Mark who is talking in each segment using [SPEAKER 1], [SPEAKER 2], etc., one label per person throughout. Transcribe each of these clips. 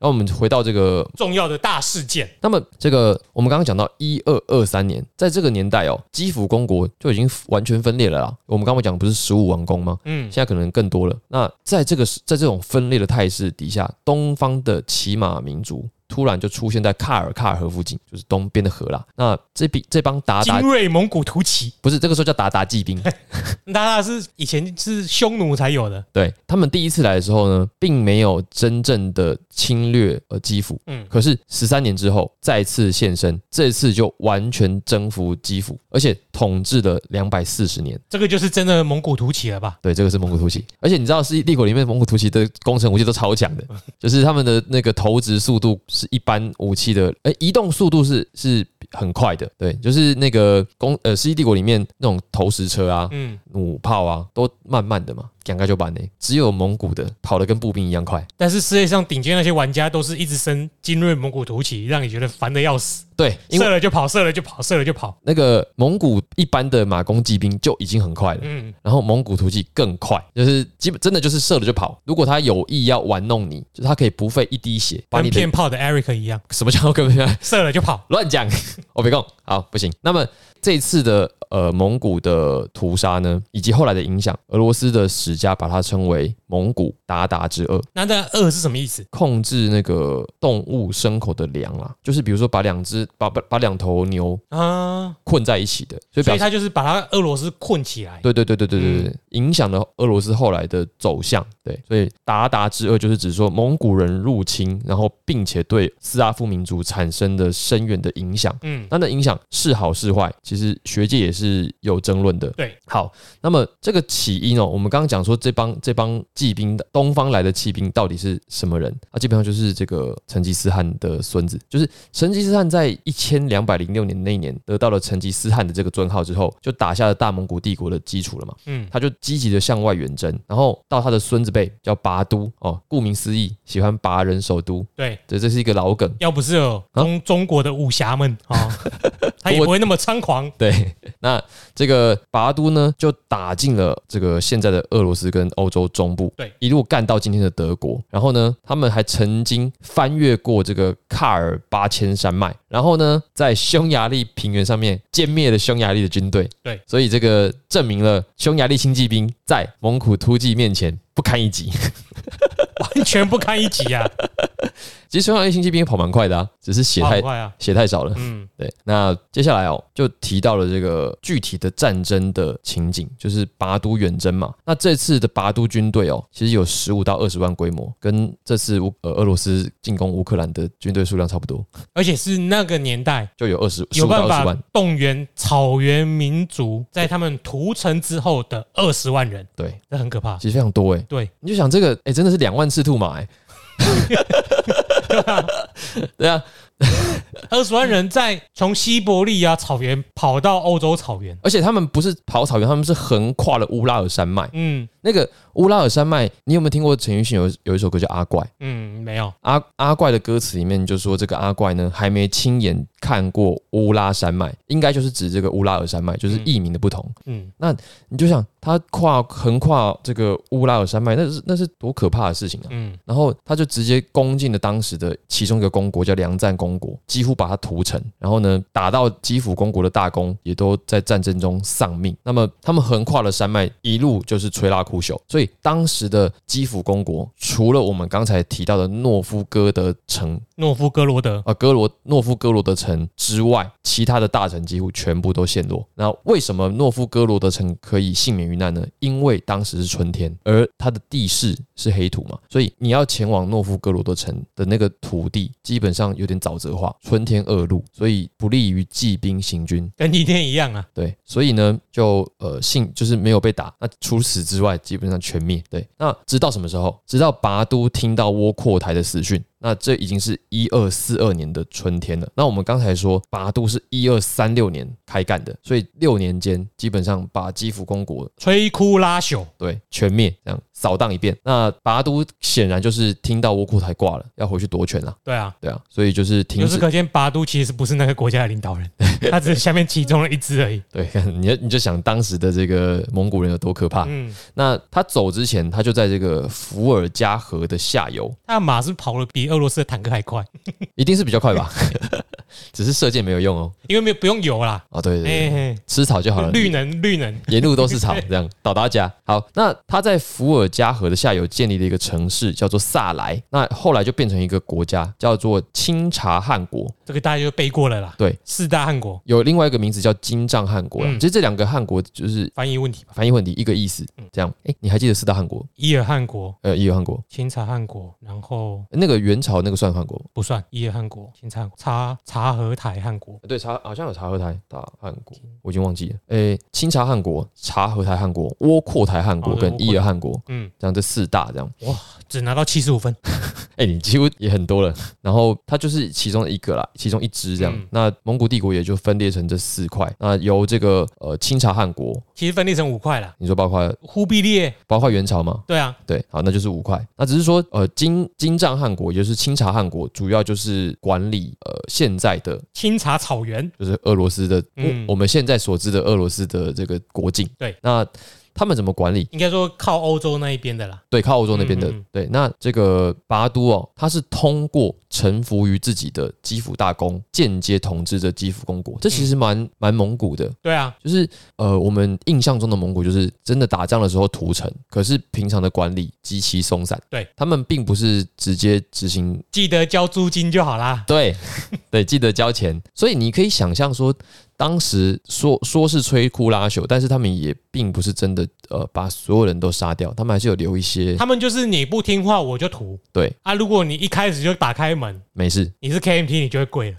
[SPEAKER 1] 那我们回到这个
[SPEAKER 2] 重要的大事件，
[SPEAKER 1] 那么这个我们刚刚讲到一二二三年，在这个年代哦，基辅公国就已经完全分裂了啦。我们刚刚讲不是十五王公吗？
[SPEAKER 2] 嗯
[SPEAKER 1] 现，在可能更多了。那在这个在这种分裂的态势底下，东方的骑马民族突然就出现在卡尔喀尔河附近，就是东边的河啦。那这笔这帮鞑
[SPEAKER 2] 精
[SPEAKER 1] 靼
[SPEAKER 2] 锐蒙古突骑，
[SPEAKER 1] 不是这个时候叫鞑靼骑兵，
[SPEAKER 2] 那那是以前是匈奴才有的，
[SPEAKER 1] 对他们第一次来的时候呢，并没有真正的侵略呃基辅，
[SPEAKER 2] 嗯，
[SPEAKER 1] 可是十三年之后再次现身，这次就完全征服基辅，而且统治了两百四十年。
[SPEAKER 2] 这个就是真的蒙古突骑了吧？
[SPEAKER 1] 对，这个是蒙古突骑，而且你知道是帝国里面蒙古突骑的工程武器都超强的，就是他们的那个投掷速度是一般武器的，哎、移动速度是是很快的。对，就是那个攻呃世纪帝国里面那种投石车啊、
[SPEAKER 2] 嗯，
[SPEAKER 1] 弩炮啊，都慢慢的嘛，两个就板呢，只有蒙古的跑得跟步兵一样快。
[SPEAKER 2] 但是世界上顶尖那些玩家都是一直升精锐蒙古突骑，让你觉得烦的要死，
[SPEAKER 1] 对，因为
[SPEAKER 2] 射了就跑，射了就跑，射了就跑。
[SPEAKER 1] 那个蒙古一般的马弓骑兵就已经很快了，
[SPEAKER 2] 嗯，
[SPEAKER 1] 然后蒙古突骑更快，就是基本真的就是射了就跑。如果他有意要玩弄你，就是他可以不费一滴血把
[SPEAKER 2] 跟
[SPEAKER 1] 你的
[SPEAKER 2] 骗炮的 Eric 一样，
[SPEAKER 1] 什么叫跟别人
[SPEAKER 2] 射了就跑。
[SPEAKER 1] 乱讲， 我别讲，好不行。那么这一次的呃蒙古的屠杀呢，以及后来的影响，俄罗斯的史家把它称为蒙古鞑靼之恶。
[SPEAKER 2] 那那二是什么意思？
[SPEAKER 1] 控制那个动物牲口的粮啦，就是比如说把两只把把把两头牛
[SPEAKER 2] 啊，
[SPEAKER 1] 困在一起的，所以
[SPEAKER 2] 所
[SPEAKER 1] 表
[SPEAKER 2] 以嗯
[SPEAKER 1] 示。
[SPEAKER 2] 他就是把他俄罗斯困起来。
[SPEAKER 1] 对对对对对对对，影响了俄罗斯后来的走向。对，所以鞑靼之恶就是指说蒙古人入侵，然后并且对斯拉夫民族产生的深远的影响。
[SPEAKER 2] 嗯，
[SPEAKER 1] 那那影响是好是坏，其实学界也是有争论的。
[SPEAKER 2] 对，
[SPEAKER 1] 好，那么这个起因哦，我们刚刚讲说这帮这帮骑兵的东方来的骑兵到底是什么人啊？基本上就是这个成吉思汗的孙子，就是成吉思汗在一千两百零六年那一年得到了成吉思汗的这个尊号之后，就打下了大蒙古帝国的基础了嘛。
[SPEAKER 2] 嗯，
[SPEAKER 1] 他就积极的向外远征，然后到他的孙子辈叫拔都哦，顾名思义，喜欢拔人首都，
[SPEAKER 2] 对。
[SPEAKER 1] 对，这是一个老梗。
[SPEAKER 2] 要不是有中中国的武侠们 啊，哦他也不会那么猖狂。
[SPEAKER 1] 对，那这个拔都呢，就打进了这个现在的俄罗斯跟欧洲中部，
[SPEAKER 2] 对，
[SPEAKER 1] 一路干到今天的德国。然后呢，他们还曾经翻越过这个卡尔八千山脉，然后呢，在匈牙利平原上面歼灭了匈牙利的军队。
[SPEAKER 2] 对，
[SPEAKER 1] 所以这个证明了匈牙利轻骑兵在蒙古突骑面前不堪一击。
[SPEAKER 2] 完全不堪一击啊，
[SPEAKER 1] 其实匈牙利轻骑兵跑蛮快的啊，只是血
[SPEAKER 2] 跑
[SPEAKER 1] 太
[SPEAKER 2] 很快啊，
[SPEAKER 1] 血太少了。
[SPEAKER 2] 嗯，
[SPEAKER 1] 对，那接下来哦，就提到了这个具体的战争的情景，就是拔都远征嘛。那这次的拔都军队哦，其实有十五到二十万规模，跟这次乌呃俄罗斯进攻乌克兰的军队数量差不多，
[SPEAKER 2] 而且是那个年代
[SPEAKER 1] 就有二十十
[SPEAKER 2] 有
[SPEAKER 1] 五到
[SPEAKER 2] 办
[SPEAKER 1] 二十
[SPEAKER 2] 法
[SPEAKER 1] 万。
[SPEAKER 2] 动员草原民族在他们屠城之后的二十万人，
[SPEAKER 1] 对，
[SPEAKER 2] 这很可怕。
[SPEAKER 1] 其实非常多哎。
[SPEAKER 2] 啊对，
[SPEAKER 1] 你就想这个哎，真的是两万赤兔马 哎。对啊，
[SPEAKER 2] 二十万人在从西伯利亚草原跑到欧洲草原，
[SPEAKER 1] 而且他们不是跑草原，他们是横跨了乌拉尔山脉。
[SPEAKER 2] 嗯
[SPEAKER 1] 那个乌拉尔山脉，你有没有听过陈奕迅有有一首歌叫《阿怪》？
[SPEAKER 2] 嗯，没有，
[SPEAKER 1] 阿阿怪的歌词里面就说，这个阿怪呢还没亲眼看过乌拉山脉，应该就是指这个乌拉尔山脉，就是译名的不同。
[SPEAKER 2] 嗯，
[SPEAKER 1] 你就想他跨横跨这个乌拉尔山脉，那是那是多可怕的事情啊！
[SPEAKER 2] 嗯，
[SPEAKER 1] 然后他就直接攻进了当时的其中一个公国，叫梁赞公国，几乎把它屠城。然后呢，打到基辅公国的大公也都在战争中丧命。那么他们横跨了山脉，一路就是吹拉酷朽。所以当时的基辅公国，除了我们刚才提到的诺夫哥德城
[SPEAKER 2] 诺夫哥罗德，
[SPEAKER 1] 啊，哥罗诺夫哥罗德城之外，其他的大城几乎全部都陷落。那为什么诺夫哥罗德城可以幸免于难呢？因为当时是春天，而它的地势是黑土嘛，所以你要前往诺夫哥罗德城的那个土地，基本上有点沼泽化，春天恶露，所以不利于骑兵行军。
[SPEAKER 2] 跟今天一样啊，
[SPEAKER 1] 对，所以呢，就呃幸就是没有被打。那除此之外，基本上全灭。对，那直到什么时候？直到拔都听到窝阔台的死讯，那这已经是一二四二年的春天了。那我们刚才说拔都是一二三六年开干的，所以六年间基本上把基辅公国
[SPEAKER 2] 摧枯拉朽，
[SPEAKER 1] 对全灭，这样扫荡一遍。那拔都显然就是听到窝库台挂了，要回去夺权了。
[SPEAKER 2] 对啊。
[SPEAKER 1] 对啊，所以就是停
[SPEAKER 2] 由此
[SPEAKER 1] 止。
[SPEAKER 2] 可见，拔都其实不是那个国家的领导 人，他只是下面其中的一支而已。
[SPEAKER 1] 对， 看你就你就想当时的这个蒙古人有多可怕。
[SPEAKER 2] 嗯，
[SPEAKER 1] 那他走之前，他就在这个伏尔加河的下 游，
[SPEAKER 2] 他的马是跑得比俄罗斯的坦克还快，
[SPEAKER 1] 一定是比较快吧？ 只是射箭没有用哦。
[SPEAKER 2] 因为没有不用油啦。
[SPEAKER 1] 啊，对对对，
[SPEAKER 2] 哎、嘿
[SPEAKER 1] 吃草就好了。
[SPEAKER 2] 绿能绿能，
[SPEAKER 1] 沿路都是 草，这样到达家。好，那他在伏尔加河的下游建立了一个城市，叫做萨莱。那后来就变成一个国家，叫做钦察汗国。
[SPEAKER 2] 这个大家就背过了啦。
[SPEAKER 1] 对，
[SPEAKER 2] 四大汗国
[SPEAKER 1] 有另外一个名字叫金帐汗国啦。
[SPEAKER 2] 嗯
[SPEAKER 1] 其实这两个汗国就是
[SPEAKER 2] 翻译问题吧，
[SPEAKER 1] 翻译问题，一个意思。
[SPEAKER 2] 嗯
[SPEAKER 1] 这样，哎，你还记得四大汗国？
[SPEAKER 2] 伊尔汗国、
[SPEAKER 1] 呃，也有汗国。
[SPEAKER 2] 钦察汗国，然后
[SPEAKER 1] 那个元朝那个算汗国吗？
[SPEAKER 2] 不算伊尔汗国、钦察汗国、察察合台汗国。
[SPEAKER 1] 对，察好像有察合台大汗国，我已经忘记了。诶，清察汗国、察合台汗国、窝阔台汗国
[SPEAKER 2] 哦对
[SPEAKER 1] 跟伊尔汗国，
[SPEAKER 2] 嗯，
[SPEAKER 1] 这样这四大这样。
[SPEAKER 2] 只拿到七十五分。
[SPEAKER 1] 哎、你几乎也很多了。然后它就是其中一个啦，其中一支这样。
[SPEAKER 2] 嗯
[SPEAKER 1] 那蒙古帝国也就分裂成这四块。那由这个呃清察汗国，
[SPEAKER 2] 其实分裂成五块啦。
[SPEAKER 1] 你说包括
[SPEAKER 2] 忽必烈，
[SPEAKER 1] 包括元朝吗？
[SPEAKER 2] 对啊，
[SPEAKER 1] 对，好，那就是五块。那只是说，呃，金金帐汗国，也就是清察汗国，主要就是管理呃现在的
[SPEAKER 2] 清查草原，
[SPEAKER 1] 就是俄罗斯的，
[SPEAKER 2] 嗯
[SPEAKER 1] 我我们现在所知的俄罗斯的这个国境。
[SPEAKER 2] 对，
[SPEAKER 1] 那他们怎么管理？
[SPEAKER 2] 应该说靠欧洲那一边的啦。
[SPEAKER 1] 对，靠欧洲那边的。
[SPEAKER 2] 嗯嗯嗯
[SPEAKER 1] 对，那这个拔都哦，他是通过臣服于自己的基辅大公，间接统治着基辅公国。这其
[SPEAKER 2] 嗯
[SPEAKER 1] 实蛮蛮蒙古的，
[SPEAKER 2] 对啊，
[SPEAKER 1] 就是呃，我们印象中的蒙古就是真的打仗的时候屠城，可是平常的管理极其松散。
[SPEAKER 2] 对
[SPEAKER 1] 他们并不是直接执行
[SPEAKER 2] 记得交租金就好啦。
[SPEAKER 1] 对对，记得交钱。所以你可以想象说，当时说说是摧枯拉朽，但是他们也并不是真的呃把所有人都杀掉，他们还是有留一些
[SPEAKER 2] 他们就是你不听话我就屠
[SPEAKER 1] 对
[SPEAKER 2] 啊！如果你一开始就打开门，
[SPEAKER 1] 没事。
[SPEAKER 2] 你是 KMT 你就会跪了。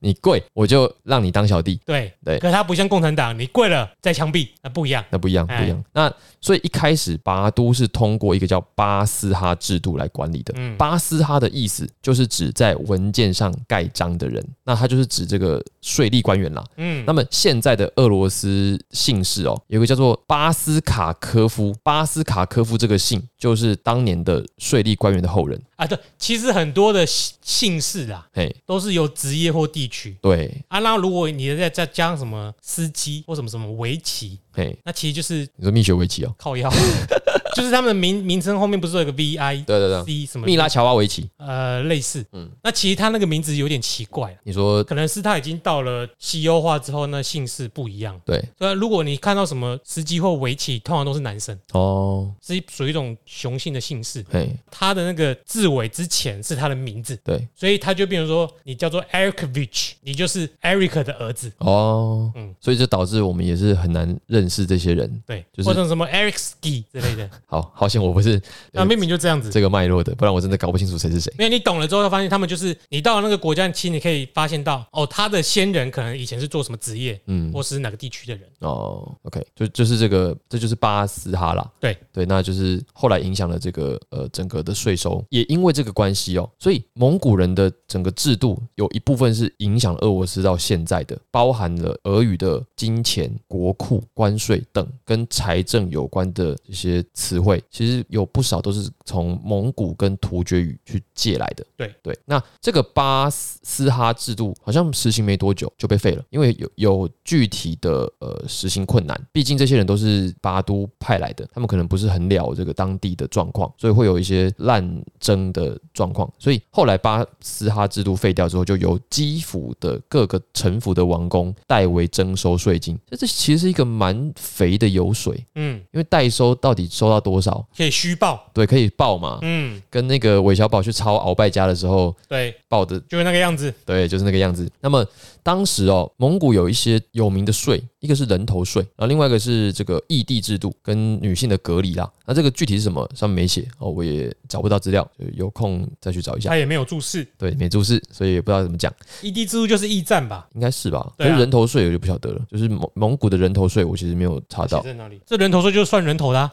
[SPEAKER 1] 你跪我就让你当小弟，
[SPEAKER 2] 对
[SPEAKER 1] 对
[SPEAKER 2] 可他不像共产党，你跪了再枪毙，那不一样。
[SPEAKER 1] 那不一样，不
[SPEAKER 2] 哎
[SPEAKER 1] 一样。那所以一开始拔都是通过一个叫巴斯哈制度来管理的。
[SPEAKER 2] 嗯
[SPEAKER 1] 巴斯哈的意思就是指在文件上盖章的人，那他就是指这个税吏官员啦。
[SPEAKER 2] 嗯
[SPEAKER 1] 那，么现在的俄罗斯姓氏哦，有一个叫做巴斯卡科夫，巴斯卡科夫这个姓就是当年的税吏官员的后人。
[SPEAKER 2] 啊，对，其实很多的姓姓氏啊，
[SPEAKER 1] 嘿，
[SPEAKER 2] 都是由职业或地区
[SPEAKER 1] 对，
[SPEAKER 2] 啊。那如果你再再加上什么司机或什么什么围棋，
[SPEAKER 1] 嘿，
[SPEAKER 2] 那其实就是
[SPEAKER 1] 你说蜜雪维奇哦，
[SPEAKER 2] 靠腰， 就是他们的名名称后面不是有一个 V I
[SPEAKER 1] 对对对，
[SPEAKER 2] C 什么
[SPEAKER 1] 密拉乔娃维奇，
[SPEAKER 2] 呃类似，
[SPEAKER 1] 嗯
[SPEAKER 2] 嗯，那其实他那个名字有点奇怪，啊
[SPEAKER 1] 你说
[SPEAKER 2] 可能是他已经到了西欧化之后，那姓氏不一样。
[SPEAKER 1] 对
[SPEAKER 2] 对啊，如果你看到什么司机或围棋，通常都是男生，
[SPEAKER 1] 哦，
[SPEAKER 2] 是一属于一种雄性的姓氏。
[SPEAKER 1] 嘿，
[SPEAKER 2] 他的那个字尾之前是他的名字，
[SPEAKER 1] 对
[SPEAKER 2] 所以他就变成说，你叫做 Erikovich，你就是 Eric 的儿子，
[SPEAKER 1] 哦，
[SPEAKER 2] 嗯
[SPEAKER 1] 所以就导致我们也是很难认识这些人。
[SPEAKER 2] 对，
[SPEAKER 1] 就是
[SPEAKER 2] 或者什么 Ericsky 之 类的，
[SPEAKER 1] 好，好险我不是
[SPEAKER 2] 那明明就这样子。
[SPEAKER 1] 这个脉络的，不然我真的搞不清楚谁是谁。
[SPEAKER 2] 因为你懂了之后，发现他们就是你到了那个国家，其实你可以发现到，哦，他的先人可能以前是做什么职业，
[SPEAKER 1] 嗯，
[SPEAKER 2] 或是哪个地区的人。
[SPEAKER 1] 哦，OK，就就是这个，这就是巴斯哈啦。
[SPEAKER 2] 对
[SPEAKER 1] 对，那就是后来影响了这个呃整个的税收，也因为这个关系哦，所以蒙古人的整个制度有一部分是影响俄罗斯到现在的，包含了俄语的金钱、国库、关税等跟财政有关的一些词汇，其实有不少都是从蒙古跟突厥语去借来的。
[SPEAKER 2] 对
[SPEAKER 1] 对，那这个巴斯斯哈制度好像实行没多久就被废了，因为有有具体的呃实行困难，毕竟这些人都是巴都派来的，他们可能不是很了这个当地的状况，所以会有一些滥征的状况。所以后来巴斯哈制度废掉之后，就由基辅的各个臣服的王公代为征收税金，这这其实是一个蛮肥的油水，
[SPEAKER 2] 嗯，
[SPEAKER 1] 因为代收到底收到多少？
[SPEAKER 2] 可以虚报。
[SPEAKER 1] 对，可以报嘛？
[SPEAKER 2] 嗯，
[SPEAKER 1] 跟那个韦小宝去抄鳌拜家的时候
[SPEAKER 2] 对，
[SPEAKER 1] 报的
[SPEAKER 2] 就是那个样子。
[SPEAKER 1] 对，就是那个样子。那么当时哦，蒙古有一些有名的税，一个是人头税，然后另外一个是这个异地制度跟女性的隔离啦。那这个具体是什么，上面没写哦，我也找不到资料，就有空再去找一下
[SPEAKER 2] 他。也没有注释，E
[SPEAKER 1] 对，没注释，所以也不知道怎么讲，
[SPEAKER 2] 异地制度就是驿站吧？
[SPEAKER 1] 应该是吧？可
[SPEAKER 2] 对啊
[SPEAKER 1] 是人头税我就不晓得了，就是蒙蒙古的人头税，我其实没有查
[SPEAKER 2] 写
[SPEAKER 1] 到。
[SPEAKER 2] 在哪里？这人头税就是算人头的啊、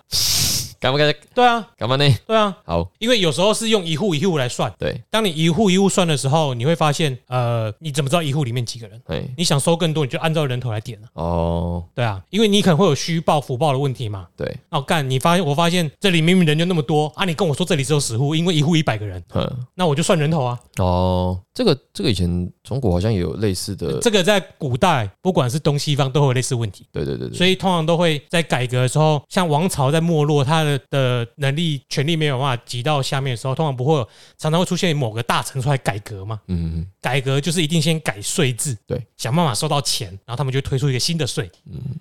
[SPEAKER 1] 干嘛干嘛
[SPEAKER 2] 对啊，
[SPEAKER 1] 干嘛呢？
[SPEAKER 2] 对啊，
[SPEAKER 1] 好，
[SPEAKER 2] 因为有时候是用一户一户来算，
[SPEAKER 1] 对，
[SPEAKER 2] 当你一户一户算的时候，你会发现，呃，你怎么知道一户里面几个人？
[SPEAKER 1] 哎，
[SPEAKER 2] 你想收更多，你就按照人头来点啊。
[SPEAKER 1] 哦，
[SPEAKER 2] 对啊，因为你可能会有虚报、福报的问题嘛。
[SPEAKER 1] 对，
[SPEAKER 2] 哦，干，你发现我发现这里明明人就那么多啊，你跟我说这里只有十户，因为一户一百个人，
[SPEAKER 1] 嗯，
[SPEAKER 2] 那我就算人头啊。
[SPEAKER 1] 哦，这个这个以前中国好像也有类似的，
[SPEAKER 2] 这个在古代不管是东西方都会有类似问题，
[SPEAKER 1] 对对对对，
[SPEAKER 2] 所以通常都会在改革的时候，像王朝在没落，他的的能力、权力没有办法集到下面的时候，通常不会有常常会出现某个大臣出来改革嘛。
[SPEAKER 1] 嗯嗯
[SPEAKER 2] 改革就是一定先改税制，
[SPEAKER 1] 对，嗯
[SPEAKER 2] 想办法收到钱，然后他们就推出一个新的税，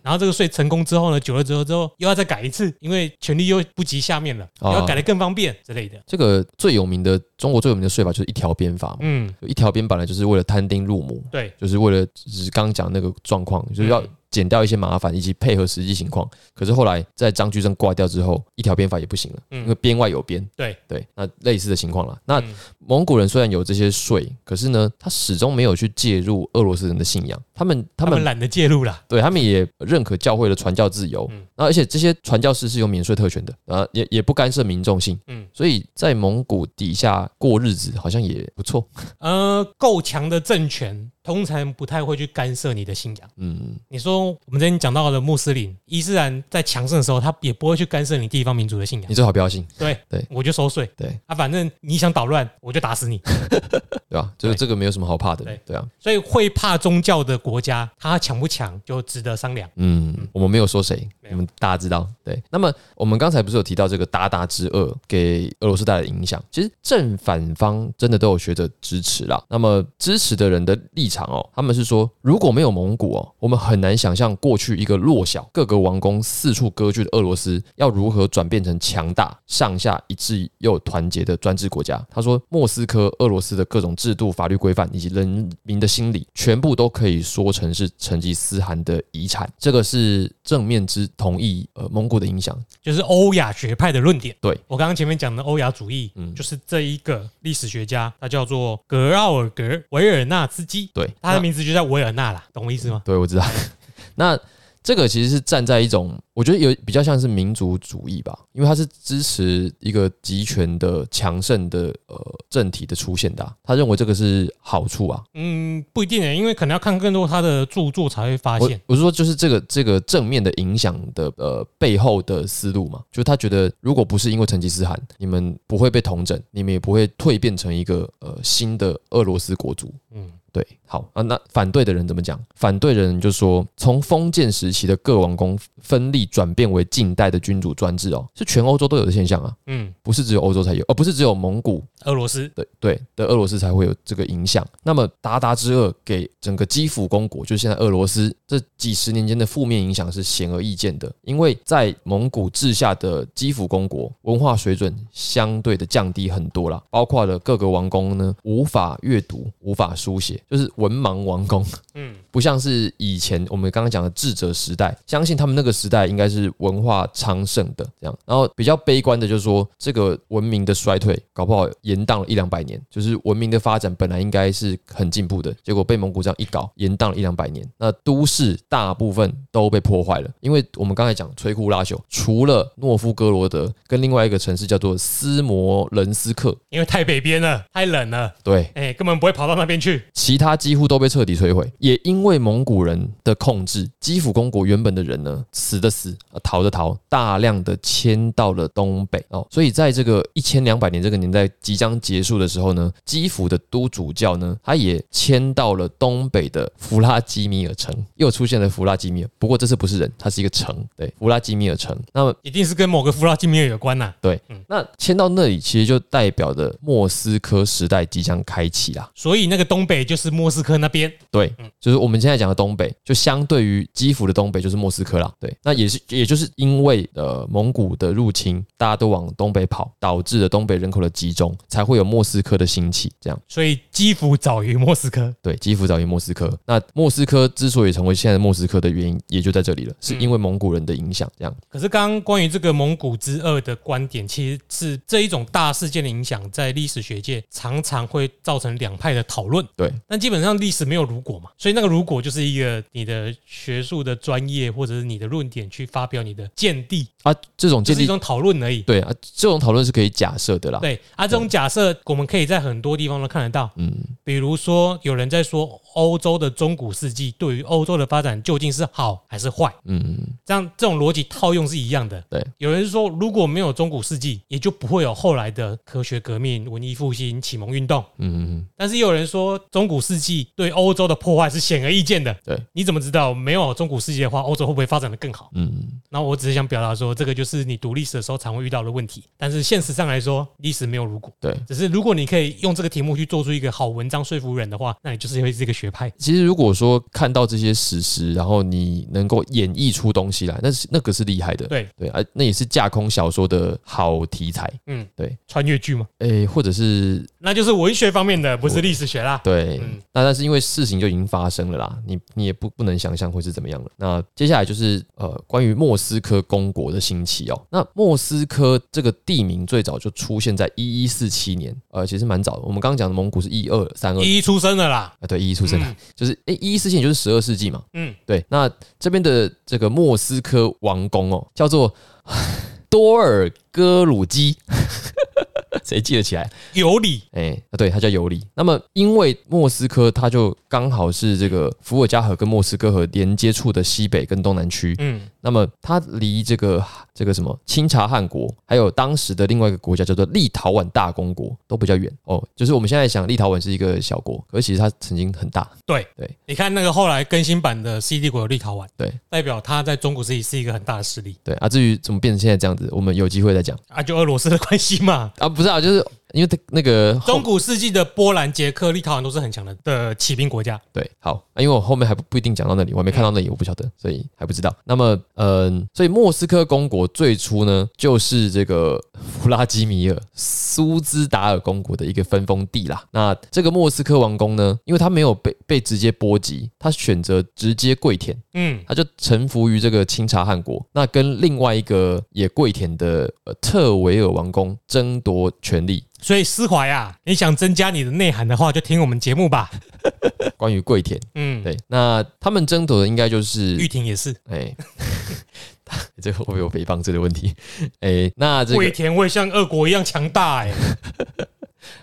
[SPEAKER 2] 然后这个税成功之后呢，久了之后之后又要再改一次，因为权力又不及下面了，
[SPEAKER 1] 哦
[SPEAKER 2] 要改得更方便之类的。
[SPEAKER 1] 这个最有名的中国最有名的税法就是一条鞭法嘛，
[SPEAKER 2] 嗯，
[SPEAKER 1] 就一条鞭本来就是为了摊丁入亩，
[SPEAKER 2] 对，
[SPEAKER 1] 就是为了只是刚刚讲那个状况，就是要
[SPEAKER 2] 嗯
[SPEAKER 1] 减掉一些麻烦以及配合实际情况。可是后来在张居正挂掉之后，一条鞭法也不行了，
[SPEAKER 2] 嗯
[SPEAKER 1] 因为编外有编。
[SPEAKER 2] 对
[SPEAKER 1] 对，那类似的情况啦。那
[SPEAKER 2] 嗯
[SPEAKER 1] 蒙古人虽然有这些税，可是呢，他始终没有去介入俄罗斯人的信仰，他们他
[SPEAKER 2] 他
[SPEAKER 1] 们
[SPEAKER 2] 们懒得介入啦。
[SPEAKER 1] 对他们也认可教会的传教自由，
[SPEAKER 2] 嗯
[SPEAKER 1] 那而且这些传教士是有免税特权的，啊，也也不干涉民众性，
[SPEAKER 2] 嗯
[SPEAKER 1] 所以在蒙古底下过日子好像也不错，
[SPEAKER 2] 呃，够强的政权通常不太会去干涉你的信仰。
[SPEAKER 1] 嗯，
[SPEAKER 2] 你说我们之前讲到的穆斯林、伊斯兰在强盛的时候，他也不会去干涉你地方民族的信仰
[SPEAKER 1] 你。最好不要信，
[SPEAKER 2] 对
[SPEAKER 1] 对
[SPEAKER 2] 我就收税
[SPEAKER 1] 对
[SPEAKER 2] 啊，反正你想捣乱，我就打死你。
[SPEAKER 1] 对吧？就是
[SPEAKER 2] 对
[SPEAKER 1] 这个没有什么好怕的
[SPEAKER 2] 对，
[SPEAKER 1] 对啊，
[SPEAKER 2] 所以会怕宗教的国家，它强不强就值得商量。
[SPEAKER 1] 嗯，我们没有说谁，
[SPEAKER 2] 没
[SPEAKER 1] 我
[SPEAKER 2] 有
[SPEAKER 1] 们大家知道，对。那么我们刚才不是有提到这个鞑靼之恶给俄罗斯带来的影响？其实正反方真的都有学者支持啦。那么支持的人的立场哦，他们是说，如果没有蒙古哦，我们很难想象过去一个弱小、各个王公四处割据的俄罗斯，要如何转变成强大、上下一致又团结的专制国家。他说，莫斯科俄罗斯的各种制度、法律规范以及人民的心理，全部都可以说成是成吉思汗的遗产。这个是正面之同意呃蒙古的影响。
[SPEAKER 2] 就是欧亚学派的论点。
[SPEAKER 1] 对
[SPEAKER 2] 我刚刚前面讲的欧亚主义，
[SPEAKER 1] 嗯
[SPEAKER 2] 就是这一个历史学家，他叫做格奥尔格维尔纳斯基，
[SPEAKER 1] 对，
[SPEAKER 2] 他的
[SPEAKER 1] 那
[SPEAKER 2] 名字就叫维尔纳啦，懂我意思吗？
[SPEAKER 1] 对我知道。 那这个其实是站在一种，我觉得有比较像是民族主义吧，因为他是支持一个集权的强盛的呃政体的出现的啊、他认为这个是好处啊。
[SPEAKER 2] 嗯，不一定诶，因为可能要看更多他的著作才会发
[SPEAKER 1] 我
[SPEAKER 2] 现。
[SPEAKER 1] 我是说，就是这个这个正面的影响的呃背后的思路嘛，就是他觉得如果不是因为成吉思汗，你们不会被统整，你们也不会蜕变成一个呃新的俄罗斯国族。
[SPEAKER 2] 嗯，
[SPEAKER 1] 对，好啊，那反对的人怎么讲？反对的人就说，从封建时期的各王公分立转变为近代的君主专制哦，是全欧洲都有的现象啊，
[SPEAKER 2] 嗯，
[SPEAKER 1] 不是只有欧洲才有，呃，不是只有蒙古
[SPEAKER 2] 俄罗斯
[SPEAKER 1] 对对的俄罗斯才会有这个影响。那么鞑靼之恶给整个基辅公国，就是现在俄罗斯这几十年间的负面影响是显而易见的，因为在蒙古治下的基辅公国文化水准相对的降低很多啦，包括了各个王公呢无法阅读、无法书写，就是文盲王公。
[SPEAKER 2] 嗯，
[SPEAKER 1] 不像是以前我们刚刚讲的智者时代，相信他们那个时代应该是文化昌盛的这样。然后比较悲观的就是说，这个文明的衰退，搞不好延宕了一两百年。就是文明的发展本来应该是很进步的，结果被蒙古这样一搞，延宕了一两百年。那都市大部分都被破坏了，因为我们刚才讲摧枯拉朽，除了诺夫哥罗德跟另外一个城市叫做斯摩棱斯克，
[SPEAKER 2] 因为太北边了，太冷了，
[SPEAKER 1] 对，
[SPEAKER 2] 哎、根本不会跑到那边去。
[SPEAKER 1] 其他几乎都被彻底摧毁。也因为蒙古人的控制，基辅公国原本的人呢，死的死，呃逃的逃，大量的迁到了东北哦。所以在这个一千两百年这个年代即将结束的时候呢，基辅的都主教呢，他也迁到了东北的弗拉基米尔城，又出现了弗拉基米尔，不过这次不是人，它是一个城，对，弗拉基米尔城。那么
[SPEAKER 2] 一定是跟某个弗拉基米尔有关呐、
[SPEAKER 1] 那迁到那里，其实就代表着莫斯科时代即将开启啦。
[SPEAKER 2] 所以那个东北就是莫斯科那边，
[SPEAKER 1] 对，就是我们现在讲的东北，就相对于基辅的东北就是莫斯科啦。对，那也是也就是因为呃蒙古的入侵，大家都往东北跑，导致了东北人口的集中，才会有莫斯科的兴起。这样，
[SPEAKER 2] 所以基辅早于莫斯科。
[SPEAKER 1] 对，基辅早于莫斯科。那莫斯科之所以成为现在的莫斯科的原因，也就在这里了，是因为蒙古人的影响。这样，
[SPEAKER 2] 可是，刚刚关于这个蒙古之恶的观点，其实是这一种大事件的影响，在历史学界常常会造成两派的讨论。
[SPEAKER 1] 对，
[SPEAKER 2] 但基本上历史没有如果嘛，所以那个如出国就是一个你的学术的专业或者是你的论点去发表你的见地，
[SPEAKER 1] 啊，这种建
[SPEAKER 2] 这是一
[SPEAKER 1] 立
[SPEAKER 2] 种讨论而已。
[SPEAKER 1] 对啊，这种讨论是可以假设的啦。
[SPEAKER 2] 对啊，这种假设我们可以在很多地方都看得到，
[SPEAKER 1] 嗯，
[SPEAKER 2] 比如说有人在说欧洲的中古世纪对于欧洲的发展究竟是好还是坏，
[SPEAKER 1] 嗯，
[SPEAKER 2] 这样这种逻辑套用是一样的。
[SPEAKER 1] 对，
[SPEAKER 2] 有人说如果没有中古世纪，也就不会有后来的科学革命、文艺复兴、启蒙运动。
[SPEAKER 1] 嗯，
[SPEAKER 2] 但是也有人说，中古世纪对欧洲的破坏是显而易见的。
[SPEAKER 1] 对，
[SPEAKER 2] 你怎么知道没有中古世纪的话，欧洲会不会发展的更好？
[SPEAKER 1] 嗯，
[SPEAKER 2] 那我只是想表达说，这个就是你读历史的时候常会遇到的问题。但是现实上来说，历史没有如果，
[SPEAKER 1] 对。
[SPEAKER 2] 只是如果你可以用这个题目去做出一个好文章说服人的话，那你就是会是一个学派。
[SPEAKER 1] 其实如果说看到这些史实，然后你能够演绎出东西来，那是那个是厉害的。
[SPEAKER 2] 对
[SPEAKER 1] 对啊，那也是架空小说的好题材。
[SPEAKER 2] 嗯，
[SPEAKER 1] 对，
[SPEAKER 2] 穿越剧嘛，
[SPEAKER 1] 诶，或者是
[SPEAKER 2] 那就是文学方面的，不是历史学啦。
[SPEAKER 1] 对，
[SPEAKER 2] 嗯
[SPEAKER 1] 那但是因为事情就已经发生了啦，你你也不不能想象会是怎么样了。那接下来就是呃，关于莫斯科公国的兴起哦。那莫斯科这个地名最早就出现在一一四七年，呃，其实蛮早的。我们刚刚讲的蒙古是一二三二
[SPEAKER 2] 一一出生的啦，
[SPEAKER 1] 啊，对，一一出生，
[SPEAKER 2] 嗯
[SPEAKER 1] 就是诶，一一四七年就是十二世纪嘛。
[SPEAKER 2] 嗯，
[SPEAKER 1] 对，那这边的这个莫斯科王宫哦，叫做 多尔戈鲁基， 谁记得起来？
[SPEAKER 2] 有理。
[SPEAKER 1] 哎、啊对，它叫尤里。那么，因为莫斯科它就刚好是这个伏尔加河跟莫斯科河连接处的西北跟东南区，
[SPEAKER 2] 嗯，
[SPEAKER 1] 那么它离这个这个什么清察汗国，还有当时的另外一个国家叫做立陶宛大公国都比较远哦。就是我们现在想立陶宛是一个小国，可是其实它曾经很大。
[SPEAKER 2] 对
[SPEAKER 1] 对，
[SPEAKER 2] 你看那个后来更新版的 C D 国有立陶宛，
[SPEAKER 1] 对，
[SPEAKER 2] 代表他在中古世纪是一个很大的势力
[SPEAKER 1] 对啊，至于怎么变成现在这样子，我们有机会再讲
[SPEAKER 2] 啊，就俄罗斯的关系嘛。
[SPEAKER 1] 啊。不是啊，就是因为它那个后
[SPEAKER 2] 中古世纪的波兰、捷克、立陶宛都是很强的的骑兵国家。
[SPEAKER 1] 对，好，啊因为我后面还不不一定讲到那里，我还没看到那里，我不晓得，所以还不知道。那么，嗯、所以莫斯科公国最初呢，就是这个弗拉基米尔苏兹达尔公国的一个分封地啦。那这个莫斯科王宫呢，因为他没有被被直接波及，他选择直接跪舔，
[SPEAKER 2] 嗯，
[SPEAKER 1] 他就臣服于这个清察汗国，那跟另外一个也跪舔的、呃、特维尔王宫争夺权力。
[SPEAKER 2] 所以思怀啊，你想增加你的内涵的话，就听我们节目吧。
[SPEAKER 1] 关于跪舔，
[SPEAKER 2] 嗯，
[SPEAKER 1] 对，那他们争夺的应该就是
[SPEAKER 2] 玉婷也是，
[SPEAKER 1] 哎， 这个会不会有诽谤罪的问题？ 哎，那这
[SPEAKER 2] 跪
[SPEAKER 1] 个
[SPEAKER 2] 田会像俄国一样强大哎、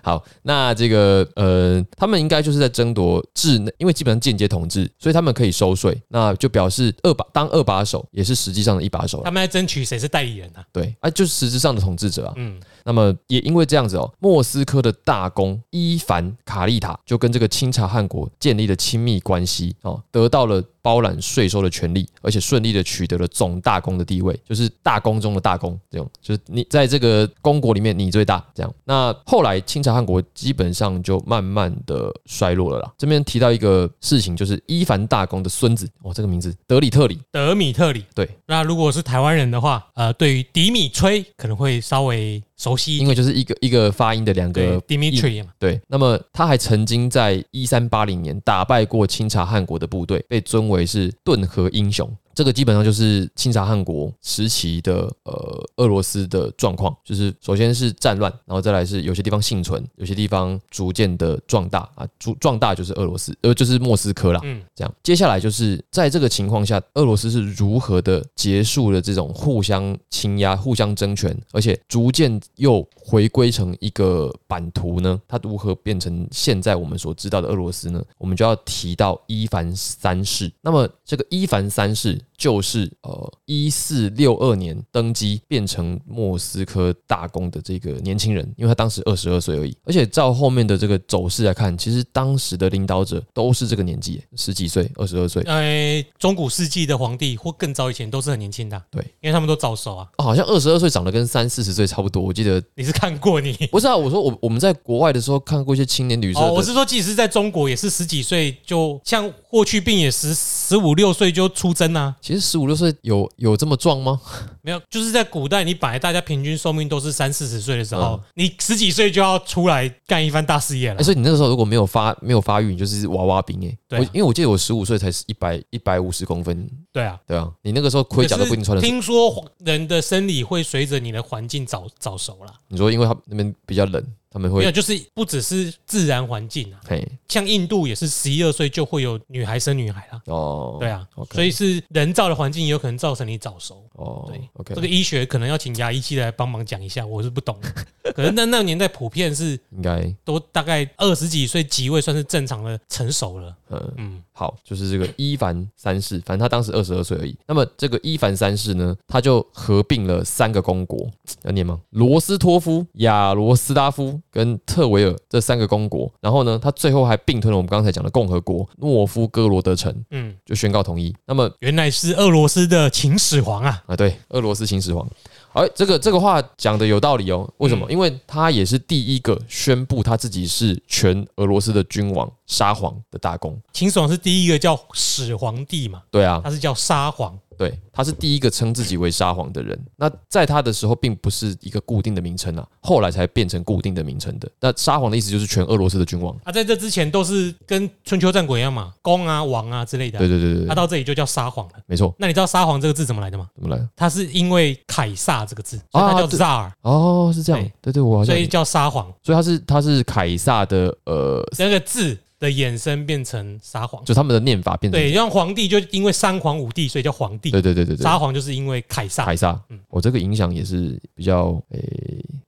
[SPEAKER 1] 好，那这个呃，他们应该就是在争夺治内，因为基本上间接统治，所以他们可以收税，那就表示二把当二把手也是实际上的一把手
[SPEAKER 2] 他
[SPEAKER 1] 了。
[SPEAKER 2] 们在争取谁是代理人啊？
[SPEAKER 1] 对，啊，就是实质上的统治者啊。
[SPEAKER 2] 嗯，
[SPEAKER 1] 那么也因为这样子哦，莫斯科的大公伊凡卡利塔就跟这个清察汗国建立了亲密关系哦，得到了包揽税收的权利，而且顺利的取得了总大公的地位，就是大公中的大公，这种就是你在这个公国里面你最大这样。那后来清察汗国基本上就慢慢的衰落了啦。这边提到一个事情，就是伊凡大公的孙子，哇，这个名字德里特里，
[SPEAKER 2] 德米特里。
[SPEAKER 1] 对，
[SPEAKER 2] 那如果是台湾人的话，呃，对于迪米崔可能会稍微熟悉一
[SPEAKER 1] 因
[SPEAKER 2] 点。
[SPEAKER 1] 为就是一个一个发音的两
[SPEAKER 2] 对
[SPEAKER 1] 个
[SPEAKER 2] ，Dimitri 嘛，
[SPEAKER 1] 对，那么他还曾经在一三八零年打败过清察汗国的部队，被尊为是顿河英雄。这个基本上就是清察汗国时期的呃俄罗斯的状况，就是首先是战乱，然后再来是有些地方幸存，有些地方逐渐的壮大啊，逐壮大就是俄罗斯，呃就是莫斯科啦。
[SPEAKER 2] 嗯，
[SPEAKER 1] 这样，接下来就是在这个情况下，俄罗斯是如何的结束了这种互相倾压、互相争权，而且逐渐又回归成一个版图呢？它如何变成现在我们所知道的俄罗斯呢？我们就要提到伊凡三世。那么这个伊凡三世就是呃一四六二年登基变成莫斯科大公的这个年轻人，因为他当时二十二岁而已。而且照后面的这个走势来看，其实当时的领导者都是这个年纪，十几岁、二十二岁。
[SPEAKER 2] 呃，中古世纪的皇帝或更早以前都是很年轻的啊，
[SPEAKER 1] 对
[SPEAKER 2] 因为他们都早熟啊。
[SPEAKER 1] 哦，好像二十二岁长得跟三四十岁差不多，我记得
[SPEAKER 2] 你是看过你？
[SPEAKER 1] 不是啊。我说我我们在国外的时候看过一些青年旅社的，
[SPEAKER 2] 哦，我是说，即使在中国，也是十几岁就像霍去病也十十五六岁就出征啊。
[SPEAKER 1] 其实十五六岁有有这么壮吗？
[SPEAKER 2] 没有，就是在古代，你本来大家平均寿命都是三四十岁的时候，
[SPEAKER 1] 嗯
[SPEAKER 2] 你十几岁就要出来干一番大事业了
[SPEAKER 1] 哎、。所以你那个时候如果没有发没有发育，你就是娃娃兵哎、
[SPEAKER 2] 对啊
[SPEAKER 1] 我因为我记得我十五岁才一百一百五十公分，
[SPEAKER 2] 对啊，
[SPEAKER 1] 对啊，你那个时候盔甲都不一定穿得
[SPEAKER 2] 可是
[SPEAKER 1] 住。
[SPEAKER 2] 听说人的生理会随着你的环境早早熟啦，
[SPEAKER 1] 你说因为他那边比较冷，他们
[SPEAKER 2] 没有，
[SPEAKER 1] 会
[SPEAKER 2] 就是不只是自然环境啊，
[SPEAKER 1] 嘿
[SPEAKER 2] 像印度也是十一二岁就会有女孩生女孩啦。
[SPEAKER 1] 哦，
[SPEAKER 2] 对啊，
[SPEAKER 1] OK
[SPEAKER 2] 所以是人造的环境也有可能造成你早熟。
[SPEAKER 1] 哦，
[SPEAKER 2] 对
[SPEAKER 1] ，OK，
[SPEAKER 2] 这个医学可能要请牙医系来帮忙讲一下，我是不懂的。 可是那那个年代普遍是
[SPEAKER 1] 应该
[SPEAKER 2] 都大概二十几岁即位算是正常的成熟了。
[SPEAKER 1] 嗯。
[SPEAKER 2] 嗯，
[SPEAKER 1] 好，就是这个伊凡三世，反正他当时二十二岁而已。那么这个伊凡三世呢，他就合并了三个公国，要念吗？罗斯托夫、亚罗斯拉夫跟特维尔这三个公国。然后呢，他最后还并吞了我们刚才讲的共和国诺夫哥罗德城，
[SPEAKER 2] 嗯，
[SPEAKER 1] 就宣告统一。那么
[SPEAKER 2] 原来是俄罗斯的秦始皇啊。
[SPEAKER 1] 啊，对，俄罗斯秦始皇。哎，这个这个话讲的有道理哦。为什
[SPEAKER 2] 嗯
[SPEAKER 1] 么？因为他也是第一个宣布他自己是全俄罗斯的君王沙皇的大公。
[SPEAKER 2] 秦始皇是第一个叫始皇帝嘛，
[SPEAKER 1] 对啊，
[SPEAKER 2] 他是叫沙皇。
[SPEAKER 1] 对，他是第一个称自己为沙皇的人。那在他的时候，并不是一个固定的名称啊，后来才变成固定的名称的。那沙皇的意思就是全俄罗斯的君王。
[SPEAKER 2] 啊，在这之前都是跟春秋战国一样嘛，公啊、王啊之类的啊。
[SPEAKER 1] 对对对对
[SPEAKER 2] 他、
[SPEAKER 1] 对，
[SPEAKER 2] 到这里就叫沙皇了。
[SPEAKER 1] 没错，
[SPEAKER 2] 那你知道沙皇这个字怎么来的吗？
[SPEAKER 1] 怎么来的？
[SPEAKER 2] 它是因为凯撒这个字，所以它叫
[SPEAKER 1] 啊对
[SPEAKER 2] czar，、
[SPEAKER 1] 哦，是这样
[SPEAKER 2] 对，
[SPEAKER 1] 对对，我好像
[SPEAKER 2] 所
[SPEAKER 1] 有
[SPEAKER 2] 以
[SPEAKER 1] 印，
[SPEAKER 2] 叫沙皇。
[SPEAKER 1] 所以他是他是凯撒的呃，
[SPEAKER 2] 这个字的衍生变成沙皇，
[SPEAKER 1] 就他们的念法变成
[SPEAKER 2] 对，让皇帝就因为三皇五帝，所以叫皇帝。
[SPEAKER 1] 对对对对对，
[SPEAKER 2] 沙皇就是因为凯撒
[SPEAKER 1] 凯，撒
[SPEAKER 2] 嗯，
[SPEAKER 1] 我、这个影响也是比较诶、